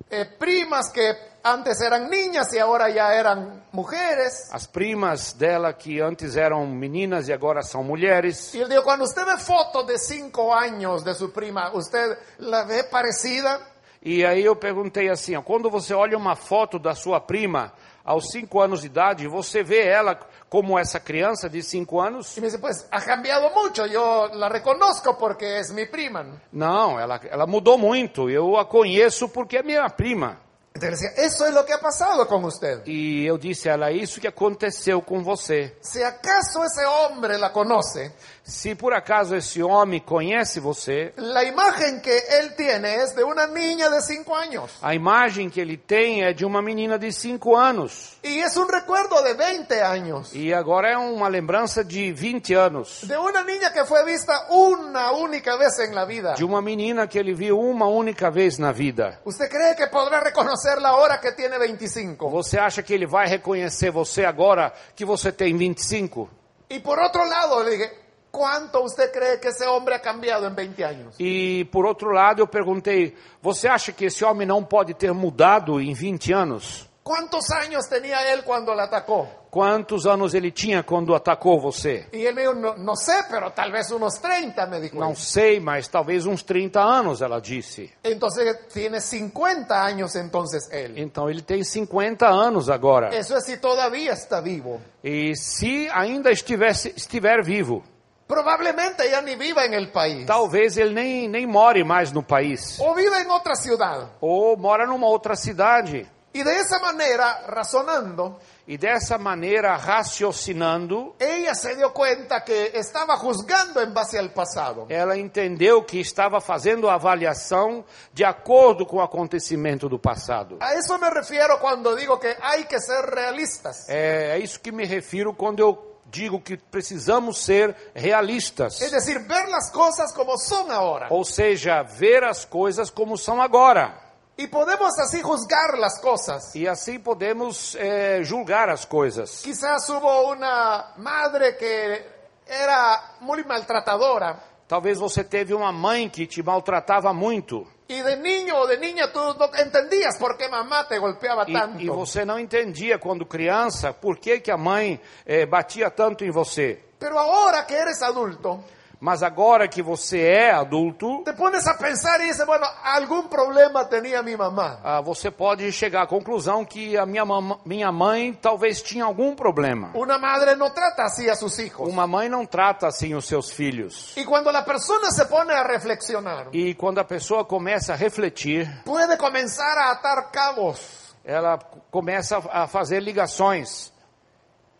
B: Eh, primas que antes eran niñas y ahora ya eran mujeres.
C: As primas dela, que antes eram meninas e agora são mulheres.
B: Y yo digo, cuando usted ve fotos de cinco años de su prima, ¿usted la ve parecida?
C: E aí eu perguntei assim: ó, Quando você olha uma foto da sua prima aos 5 anos de idade, você vê ela como essa criança de 5 anos?
B: Y me dice, pues ha cambiado mucho, yo la reconozco porque es mi prima. ¿no?
C: Não, ela, ela mudou muito. Eu a conheço porque é minha prima.
B: Entonces le decía, eso es lo que ha pasado con usted.
C: E eu disse a ela: "É Isso que aconteceu com você.
B: Si acaso ese hombre la conoce,
C: Se por acaso esse homem conhece você,
B: la imagen que él tiene es de una niña de 5 años.
C: a imagem que ele tem é de uma menina de 5 anos.
B: Y es un recuerdo de 20 años.
C: E agora é uma lembrança de 20 anos.
B: De una niña que fue vista una única vez en la vida.
C: De uma menina que ele viu uma única vez na vida.
B: ¿Usted cree que podrá reconocerla ahora que tiene 25?
C: Você acha que ele vai reconhecer você agora que você tem 25?
B: Y por otro lado, le dije, ¿cuánto usted cree que ese hombre ha cambiado en 20 años?
C: E por outro lado, eu perguntei: você acha que esse homem não pode ter mudado em 20 anos?
B: ¿Cuántos años tenía él cuando la atacó?
C: Quantos anos ele tinha quando atacou você?
B: Y él me dijo, no, no sé, pero tal vez unos 30, me dijo.
C: Não
B: él.
C: sei, mas talvez uns 30 anos, ela disse.
B: Entonces tiene 50 años entonces él.
C: Então ele tem 50 anos agora.
B: Eso es si todavía está vivo.
C: E se ainda estivesse, estiver vivo,
B: Probablemente ya ni viva en el país.
C: talvez ele nem, nem more mais no país.
B: O viva en otra ciudad.
C: Ou mora numa outra cidade.
B: Y de esa manera, razonando,
C: E dessa maneira, raciocinando,
B: ella se dio cuenta que estaba juzgando en base al pasado.
C: ela entendeu que estava fazendo a avaliação de acordo com o acontecimento do passado.
B: A eso me refiero cuando digo que hay que ser realistas.
C: É, é isso que me refiro quando eu digo que precisamos ser realistas.
B: Es decir, ver las cosas como son ahora.
C: Ou seja, ver as coisas como são agora.
B: Y podemos así juzgar las cosas.
C: E assim podemos eh, julgar as coisas.
B: Quizás hubo una madre que era muy maltratadora.
C: Talvez você teve uma mãe que te maltratava muito
B: Y de niño o de niña tú no entendías por qué mamá te golpeaba tanto.
C: e, e você não entendia quando criança por que, que a mãe eh, batia tanto em você.
B: Pero ahora que eres adulto,
C: Mas agora que você é adulto,
B: te pones a pensar y dices, bueno, algún problema tenía mi mamá.
C: ah, você pode chegar à conclusão que a minha, mam- minha mãe talvez tinha algum problema.
B: Una madre no trata así a sus hijos.
C: Uma mãe não trata assim os seus filhos.
B: Y cuando la persona se pone a reflexionar,
C: E quando a pessoa começa a refletir,
B: puede comenzar a atar cabos.
C: ela começa a fazer ligações.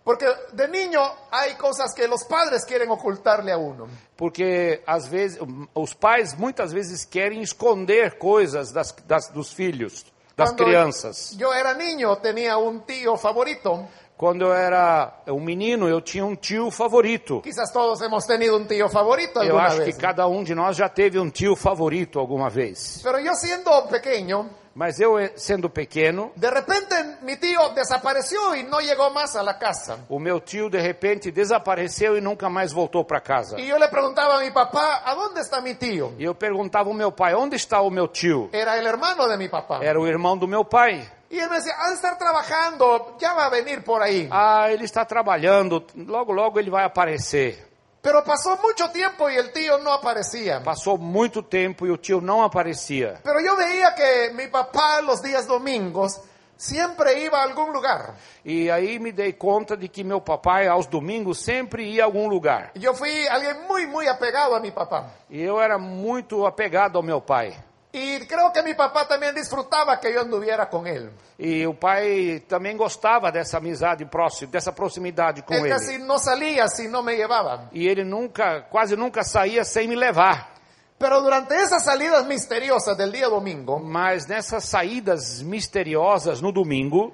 B: Porque de niño hay cosas que los padres quieren ocultarle a uno.
C: Porque às vezes os pais muitas vezes querem esconder coisas das, das- dos filhos, das
B: Cuando
C: crianças.
B: Yo era niño, tenía un tío favorito.
C: Quando eu era um menino, eu tinha um tio favorito.
B: Quizás todos hemos tenido un tío favorito
C: Eu
B: alguna
C: acho que
B: vez. né?
C: cada um de nós já teve um tio favorito alguma vez.
B: Pero yo siendo pequeño,
C: Mas eu, eh, sendo pequeno,
B: de repente mi tío desapareció y no llegó más a la casa.
C: o meu tio de repente desapareceu e nunca mais voltou para casa.
B: Y yo le preguntaba a mi papá, ¿a dónde está mi tío?
C: E eu perguntava ao meu pai: onde está o meu tio?
B: Era el hermano de mi papá.
C: Era o irmão do meu pai.
B: Y él me decía, al estar trabajando, ya va a venir por ahí.
C: Ah, ele está trabalhando, logo, logo ele vai aparecer.
B: Pero pasó mucho tiempo y el tío no aparecía.
C: Passou muito tempo e o tio não aparecia.
B: Pero yo veía que mi papá los días domingos siempre iba a algún lugar.
C: E aí me dei conta de que meu papai, aos domingos, sempre ia a algum lugar.
B: Yo fui alguien muy, muy apegado a mi papá.
C: E eu era muito apegado ao meu pai.
B: Y creo que mi papá también disfrutaba que yo anduviera con él.
C: E o pai também gostava dessa amizade próxima, dessa proximidade com
B: él
C: ele.
B: casi no salía si no me llevaba.
C: E ele nunca, quase nunca saía sem me levar.
B: Pero durante esas salidas misteriosas del día domingo,
C: Mas nessas saídas misteriosas no domingo,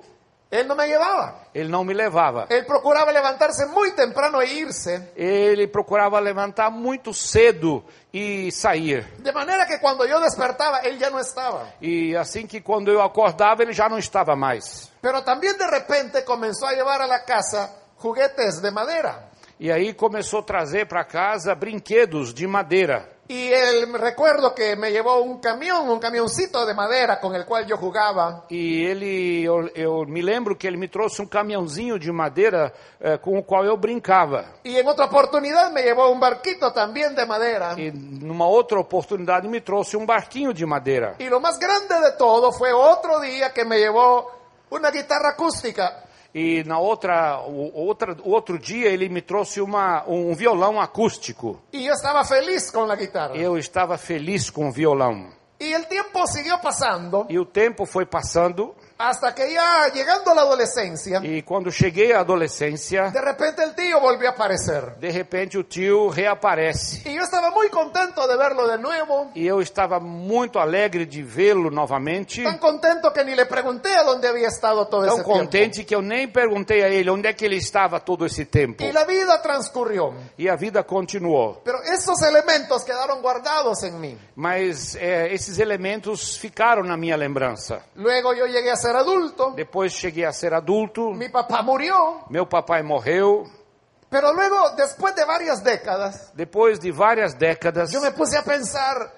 B: él no me llevaba.
C: ele não me levava.
B: Él procuraba levantarse muy temprano e irse.
C: Ele procurava levantar muito cedo e sair.
B: De manera que cuando yo despertaba, él ya no estaba.
C: E assim que quando eu acordava, ele já não estava mais.
B: Pero también de repente comenzó a llevar a la casa juguetes de madera.
C: E aí começou a trazer para casa brinquedos de madeira.
B: Y él, recuerdo que me llevó un camión, un camioncito de madera con el cual yo jugaba.
C: E ele, eu, eu me lembro que ele me trouxe um caminhãozinho de madeira eh, com o qual eu brincava.
B: Y en otra oportunidad me llevó un barquito también de madera.
C: E numa outra oportunidade me trouxe um barquinho de madeira.
B: Y lo más grande de todo fue otro día que me llevó una guitarra acústica.
C: E na outra, o- outra outro dia ele me trouxe uma, um violão acústico.
B: Y yo estaba feliz con la guitarra.
C: Eu estava feliz com o violão.
B: Y el tiempo siguió pasando
C: E o tempo foi passando
B: hasta que ya llegando a la adolescencia,
C: e quando cheguei à adolescência,
B: de repente el tío volvió a aparecer.
C: De repente o tio reaparece.
B: Y yo estaba muy contento de verlo de nuevo,
C: E eu estava muito alegre de vê-lo novamente.
B: tan contento que ni le pregunté a dónde había estado todo
C: Tão
B: ese tiempo.
C: contente que eu nem perguntei a ele onde é que ele estava todo esse tempo.
B: Y la vida transcurrió.
C: E a vida continuou.
B: Pero esos elementos quedaron guardados en mí.
C: Mas eh, esses elementos ficaram na minha lembrança.
B: Luego yo llegué a ser adulto,
C: Depois cheguei a ser adulto.
B: mi papá murió,
C: Meu papai morreu.
B: pero luego, después de varias décadas,
C: Depois de várias décadas,
B: Yo me puse a pensar,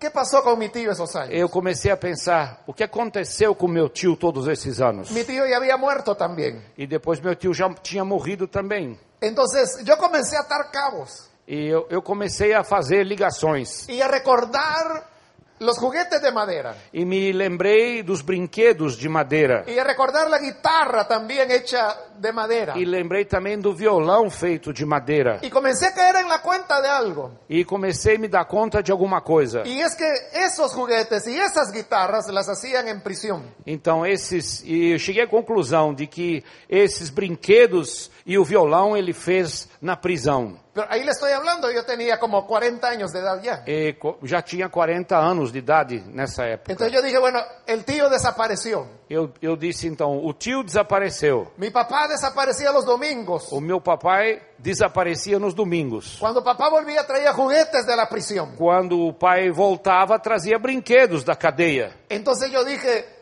B: ¿qué pasó con mi tío esos años?
C: eu comecei a pensar: o que aconteceu com meu tio todos esses anos?
B: Mi tío ya había muerto también.
C: E depois meu tio já tinha morrido também.
B: Entonces yo comencé a atar cabos
C: E eu, eu comecei a fazer ligações.
B: y a recordar los juguetes de madera
C: E me lembrei dos brinquedos de madeira.
B: y a recordar la guitarra también hecha de madera.
C: E lembrei também do violão feito de madeira.
B: Y comencé a caer en la cuenta de algo.
C: E comecei a me dar conta de alguma coisa.
B: Y es que esos juguetes y esas guitarras las hacían en prisión.
C: Então esses e eu cheguei à conclusão de que esses brinquedos e o violão ele fez na prisão.
B: Pero ahí le estoy hablando, yo tenía como 40 años de edad ya.
C: E É, co- já tinha 40 anos de idade nessa época.
B: Entonces yo dije, bueno, el tío desapareció.
C: Eu, eu disse então, o tio desapareceu.
B: Mi papá desaparecía los domingos.
C: O meu papai desaparecia nos domingos.
B: Cuando papá volvía traía juguetes de la prisión.
C: Quando o pai voltava, trazia brinquedos da cadeia.
B: Entonces yo dije,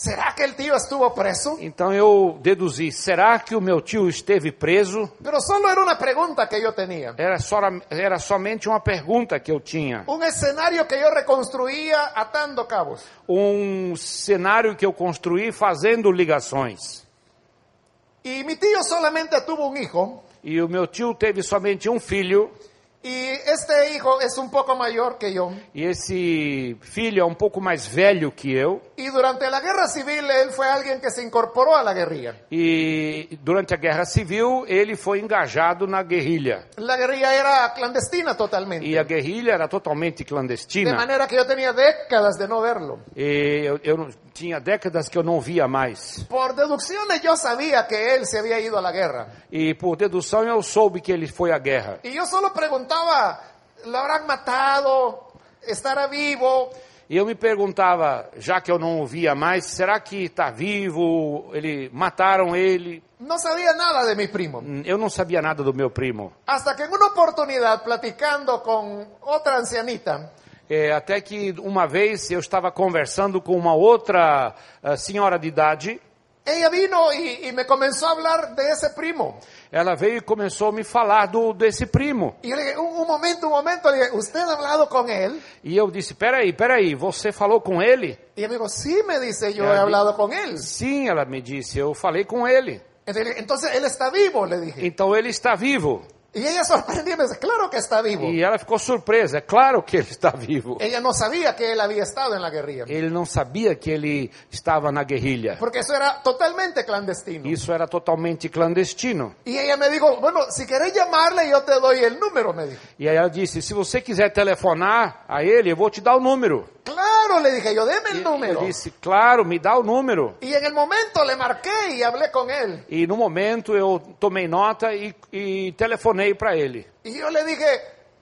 B: ¿Será que el tío estuvo preso?
C: Então eu deduzi: será que o meu tio esteve preso?
B: Pero solo era una pregunta que yo tenía.
C: Era, só, era somente uma pergunta que eu tinha.
B: Un escenario que yo reconstruía atando cabos.
C: Um cenário que eu construí fazendo ligações.
B: Y mi tío solamente tuvo un hijo.
C: E o meu tio teve somente um filho.
B: Y este hijo es un poco mayor que yo.
C: E esse filho é um pouco mais velho que eu.
B: Y durante la guerra civil él fue alguien que se incorporó a la guerrilla.
C: E durante a Guerra Civil ele foi engajado na guerrilha.
B: La guerrilla era clandestina totalmente.
C: E a guerrilha era totalmente
B: De
C: clandestina.
B: manera que yo tenía décadas de no verlo.
C: E eu, eu não- tinha décadas que eu não via mais.
B: Por deducciones yo sabía que él se había ido a la guerra.
C: E por dedução eu soube que ele foi à guerra.
B: Y yo solo preguntaba, ¿lo habrán matado? ¿Estará vivo?
C: E eu me perguntava, já que eu não o via mais, será que está vivo? Ele mataram ele?
B: No sabía nada de mi primo.
C: Hum, Eu não sabia nada do meu primo.
B: Hasta que en una oportunidad, platicando con otra ancianita,
C: É, até que uma vez eu estava conversando com uma outra ah, senhora de idade.
B: ella vino y, y me comenzó a hablar de ese primo.
C: Ela veio e começou a me falar do desse primo.
B: Y yo le dije, un, un momento, un momento, le dije, ¿usted ha hablado con él?
C: E eu disse: peraí, peraí, você falou com ele?
B: Y ella me dijo, sí, me dice, yo
C: Ya,
B: he
C: di-
B: hablado con él.
C: Sim, ela me disse, eu falei com ele.
B: Entonces, le dije, "Entonces, él está vivo, le dije.
C: Então ele está vivo.
B: Y ella sorprendida me dice, claro que está vivo.
C: E ela ficou surpresa. É claro que ele está vivo.
B: Ella no sabía que él había estado en la guerrilla.
C: Ele não sabia que ele estava na guerrilha.
B: Porque eso era totalmente clandestino.
C: Isso era totalmente clandestino.
B: Y ella me dijo, bueno, si querés llamarle, yo te doy el número, me dijo.
C: E aí ela disse: se você quiser telefonar a ele, eu vou te dar o número.
B: Claro, le dije yo, deme el número.
C: Eu disse: claro, me dá o número.
B: Y en el momento le marqué y hablé con él.
C: E no momento eu tomei nota e, e telefonei para ele.
B: Y yo le dije,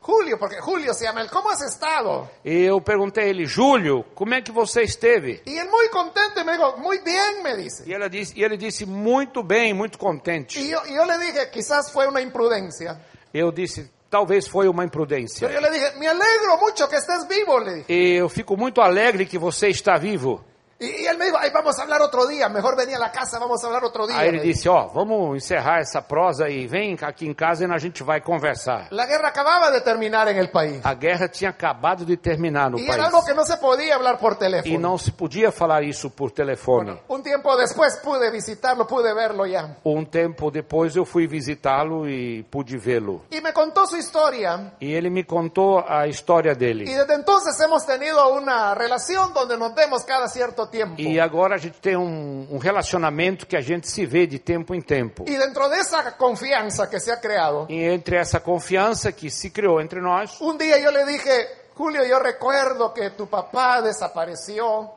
B: Julio, porque Julio se llama él, ¿cómo has estado?
C: E eu perguntei a ele, Júlio, como é que você esteve?
B: Y él muy contento y me dijo, muy bien, me dice.
C: E, ela disse, e ele disse, muito bem, muito contente.
B: Y yo, y yo le dije, quizás fue una imprudencia.
C: Eu disse, talvez foi uma imprudência.
B: Pero yo le dije, me alegro mucho que estés vivo, le dije.
C: E eu fico muito alegre que você está vivo.
B: Y, y él me dijo, ay, vamos a hablar otro día, mejor venía a la casa, vamos a hablar otro día.
C: Aí ele
B: me dijo.
C: disse, ó, vamos encerrar essa prosa e vem aqui em casa e a gente vai conversar.
B: La guerra acababa de terminar en el país.
C: A guerra tinha acabado de terminar no
B: Y era algo
C: Ah, país.
B: que no se podía hablar por
C: E
B: teléfono.
C: não se podia falar isso por telefone.
B: Un tiempo después pude visitarlo, pude verlo ya.
C: Um tempo depois eu fui visitá-lo e pude vê-lo.
B: Y me contó su historia.
C: E ele me contou a história
B: Y
C: dele.
B: desde entonces hemos tenido una relación donde nos vemos cada cierto tiempo.
C: E agora a gente tem um, um relacionamento que a gente se vê de tempo em tempo.
B: Y dentro de esa confiança que se ha creado,
C: E entre essa confiança que se criou entre nós,
B: un día yo le dije, Julio, yo recuerdo que tu papá desapareció.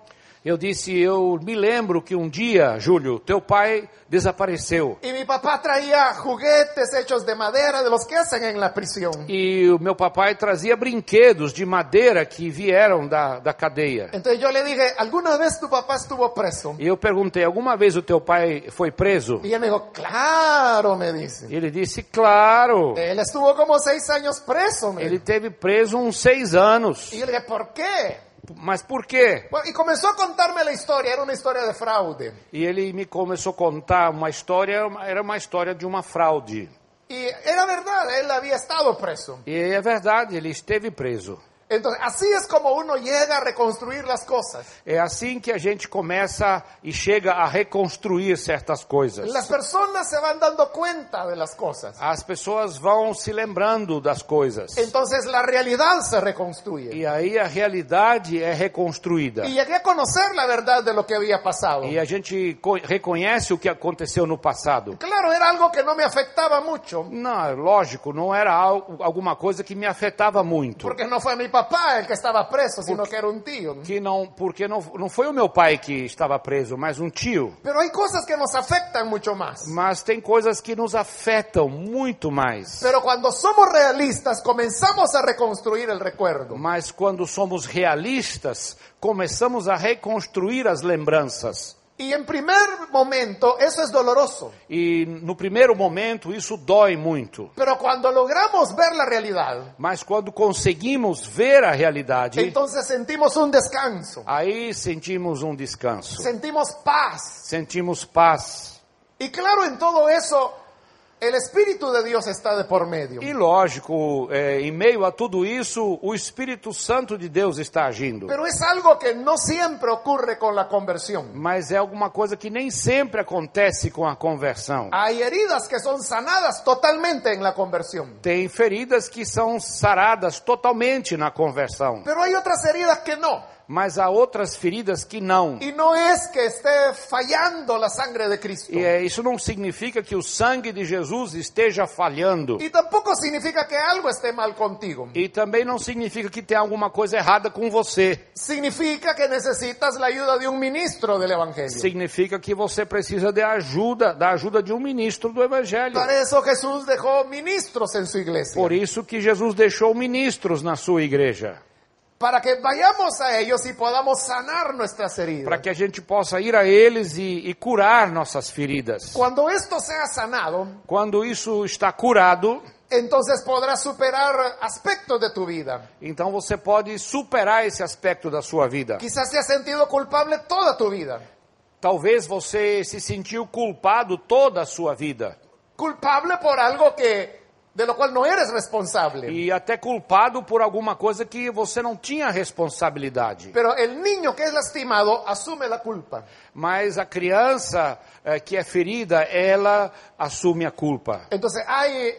C: eu disse: Eu me lembro que um dia, Júlio, teu pai desapareceu.
B: Y mi papá traía juguetes hechos de madera de los que hacen en la prisión.
C: E o meu papai trazia brinquedos de madeira que vieram da, da cadeia.
B: Entonces yo le dije, ¿alguna vez tu papá estuvo preso?
C: E eu perguntei: Alguma vez o teu pai foi preso?
B: Y él me dijo, claro, me dice.
C: E ele disse: Claro.
B: Él estuvo como seis años preso, me
C: Ele
B: dijo.
C: teve preso uns seis anos.
B: Y yo le dije, ¿por quê?
C: Mas por quê?
B: Bueno, Y comenzó a contarme la historia, era una historia de fraude.
C: E ele me começou a contar uma história, era uma história de uma fraude.
B: Y era verdad, él había estado preso.
C: E é verdade, ele esteve preso.
B: Entonces, así es como uno llega a reconstruir las cosas.
C: É assim que a gente começa e chega a reconstruir certas coisas.
B: Las personas se van dando cuenta de las cosas.
C: As pessoas vão se lembrando das coisas.
B: Entonces, la realidad se reconstruye.
C: E aí a realidade é reconstruída.
B: Y llegué a conocer la verdad de lo que había pasado.
C: E a gente co- reconhece o que aconteceu no passado.
B: Claro, era algo que no me afectaba mucho,
C: Não, é lógico, não era algo, alguma coisa que me afetava muito.
B: porque no fue mi papá el que estaba preso, sino que era un tío.
C: Que não, porque não, não foi o meu pai que estava preso, mas um tio.
B: Pero hay cosas que nos afectan mucho más.
C: Mas tem coisas que nos afetam muito mais.
B: Pero cuando somos realistas, comenzamos a reconstruir el recuerdo.
C: Mas quando somos realistas, começamos a reconstruir as lembranças.
B: Y en primer momento eso es doloroso,
C: E no primeiro momento isso dói muito.
B: pero cuando logramos ver la realidad,
C: Mas quando conseguimos ver a realidade,
B: entonces sentimos un descanso,
C: aí sentimos um descanso.
B: sentimos paz.
C: Sentimos paz.
B: Y claro, en todo eso, el Espíritu de Dios está de por medio.
C: E lógico, é, em meio a tudo isso, o Espírito Santo de Deus está agindo.
B: Pero es algo que no siempre ocurre con la conversión.
C: Mas é alguma coisa que nem sempre acontece com a conversão.
B: Hay heridas que son sanadas totalmente en la conversión,
C: Tem feridas que são saradas totalmente na conversão,
B: pero hay otras heridas que no.
C: mas há outras feridas que não.
B: Y no es que esté fallando la sangre de Cristo.
C: E é, isso não significa que o sangue de Jesus esteja falhando.
B: Y tampoco significa que algo esté mal contigo.
C: E também não significa que tem alguma coisa errada com você.
B: Significa que necesitas la ayuda de un ministro del Evangelio.
C: Significa que você precisa de ajuda, da ajuda de um ministro do Evangelho.
B: Para eso Jesús dejó ministros en su iglesia.
C: Por isso que Jesus deixou ministros na sua igreja,
B: Para que vayamos a ellos y podamos sanar nuestras
C: para
B: heridas.
C: que a gente possa ir a eles e, e curar nossas feridas.
B: Cuando esto sea sanado,
C: Quando isso está curado,
B: entonces podrás superar aspectos de tu vida.
C: então você pode superar esse aspecto da sua vida.
B: Quizás te has sentido culpable toda tu vida.
C: Talvez você se sentiu culpado toda a sua vida
B: Culpable por algo que de lo cual no eres responsable.
C: e até culpado por alguma coisa que você não tinha responsabilidade.
B: Pero el niño que es lastimado asume la culpa.
C: Mas a criança eh, que é ferida, ela assume a culpa.
B: Entonces hay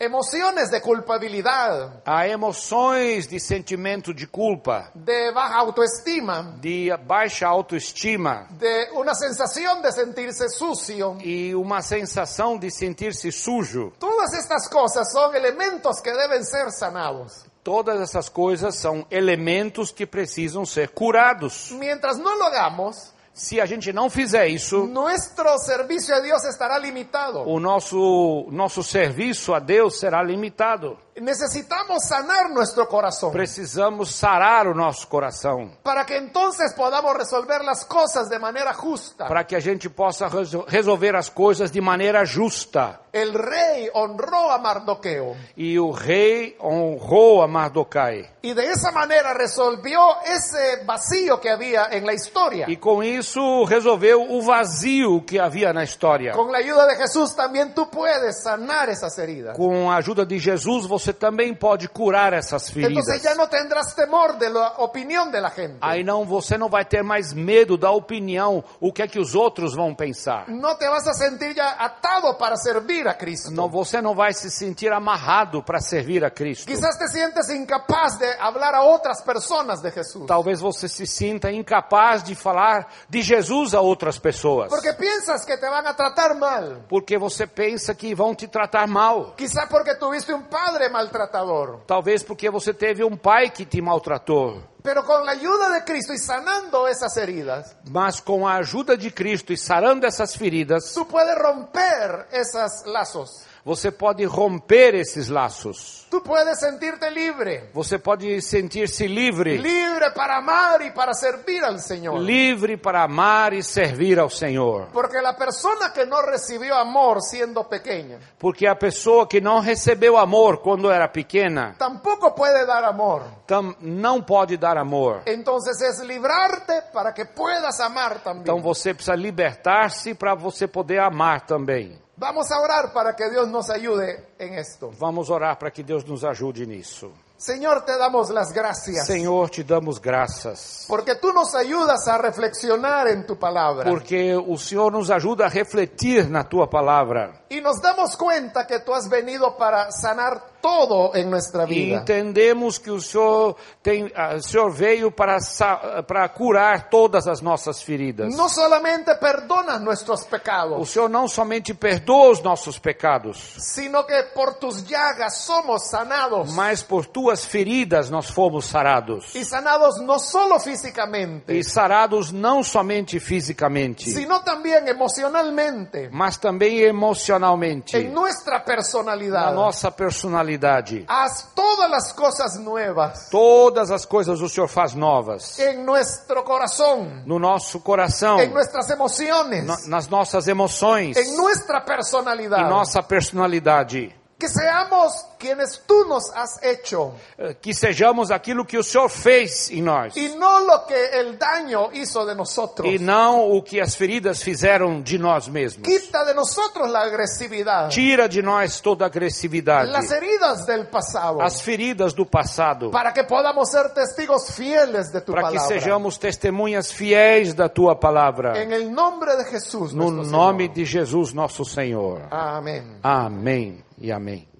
B: emociones de culpabilidad,
C: Há emoções de sentimento de culpa,
B: de baja autoestima,
C: de baixa autoestima
B: de una sensación de sentirse sucio.
C: e uma sensação de sentir-se sujo.
B: Todas estas cosas son elementos que deben ser sanados.
C: Todas essas coisas são elementos que precisam ser curados.
B: Mientras no lo hagamos,
C: Se a gente não fizer isso,
B: nuestro servicio a Dios estará limitado.
C: o nosso, nosso serviço a Deus será limitado.
B: Necesitamos sanar nuestro corazón
C: Precisamos sarar o nosso coração
B: para que entonces podamos resolver las cosas de manera justa.
C: para que a gente possa reso- resolver as coisas de maneira justa.
B: El rey honró a Mardoqueo
C: E o rei honrou a Mardocai.
B: y de esa manera resolvió ese vacío que había en la historia.
C: E com isso resolveu o vazio que havia na história.
B: Con la ayuda de Jesús también tú puedes sanar esas heridas.
C: Com a ajuda de Jesus, você também pode curar essas
B: Entonces
C: feridas.
B: ya no tendrás temor de la opinión de la gente.
C: Aí não, você não vai ter mais medo da opinião, o que é que os outros vão pensar.
B: No te vas a sentir ya atado para servir a Cristo.
C: Não, você não vai se sentir amarrado para servir a Cristo.
B: Quizás te sientes incapaz de hablar a otras personas de Jesús.
C: Talvez você se sinta incapaz de falar de Jesus a outras pessoas.
B: Porque piensas que te van a tratar mal.
C: Porque você pensa que vão te tratar mal.
B: Quizás porque tuviste un padre maltratador.
C: Talvez porque você teve um pai que te maltratou.
B: Pero con la ayuda de Cristo y sanando esas heridas,
C: Mas com a ajuda de Cristo e sarando essas feridas,
B: tú puedes romper esos lazos.
C: você pode romper esses laços.
B: Tú puedes sentirte libre.
C: Você pode sentir-se livre,
B: Libre para amar y para servir al Señor.
C: livre para amar e servir ao Senhor.
B: Porque la persona que no recibió amor siendo pequeña,
C: Porque a pessoa que não recebeu amor quando era pequena,
B: tampoco puede dar amor.
C: tam- não pode dar amor.
B: Entonces es librarte para que puedas amar también.
C: Então você precisa libertar-se para você poder amar também.
B: Vamos a orar para que Dios nos ayude en esto.
C: Vamos orar para que Deus nos ajude nisso.
B: Señor, te damos las gracias.
C: Senhor, te damos graças,
B: Porque tú nos ayudas a reflexionar en tu palabra.
C: porque o Senhor nos ajuda a refletir na tua palavra
B: Y nos damos cuenta que tú has venido para sanar todo en nuestra
C: e
B: vida.
C: entendemos que o Senhor tem, ah, o Senhor veio para sa- para curar todas as nossas feridas.
B: No solamente perdonas nuestros
C: O
B: pecados,
C: Senhor não somente perdoa os nossos pecados,
B: sino que por tus llagas somos sanados.
C: mas por tuas feridas nós fomos sarados.
B: Y sanados no solo físicamente,
C: E sarados não somente fisicamente,
B: sino también emocionalmente,
C: mas também emocionalmente,
B: en nuestra
C: na
B: personalidad.
C: nossa personalidade.
B: Haz todo todas las cosas nuevas
C: Todas as coisas o Senhor faz novas.
B: en nuestro corazón,
C: No nosso coração,
B: en nuestras emociones,
C: na- nas nossas emoções,
B: en
C: em
B: nuestra personalidad.
C: nossa personalidade.
B: Que seamos quienes tú nos has hecho
C: Eh, Que sejamos aquilo que o Senhor fez em nós.
B: y no lo que el daño hizo de nosotros.
C: E não o que as feridas fizeram de nós mesmos.
B: Quita de nosotros la agresividad,
C: Tira de nós toda a
B: las
C: agressividade,
B: heridas del pasado,
C: as feridas do passado,
B: para que podamos ser testigos fieles de tu
C: para que
B: palabra.
C: sejamos testemunhas fiéis da tua palavra.
B: En el nombre de Jesús.
C: No
B: nuestro
C: nome
B: Señor.
C: de Jesus, nosso Senhor.
B: Amén.
C: Amém e amém.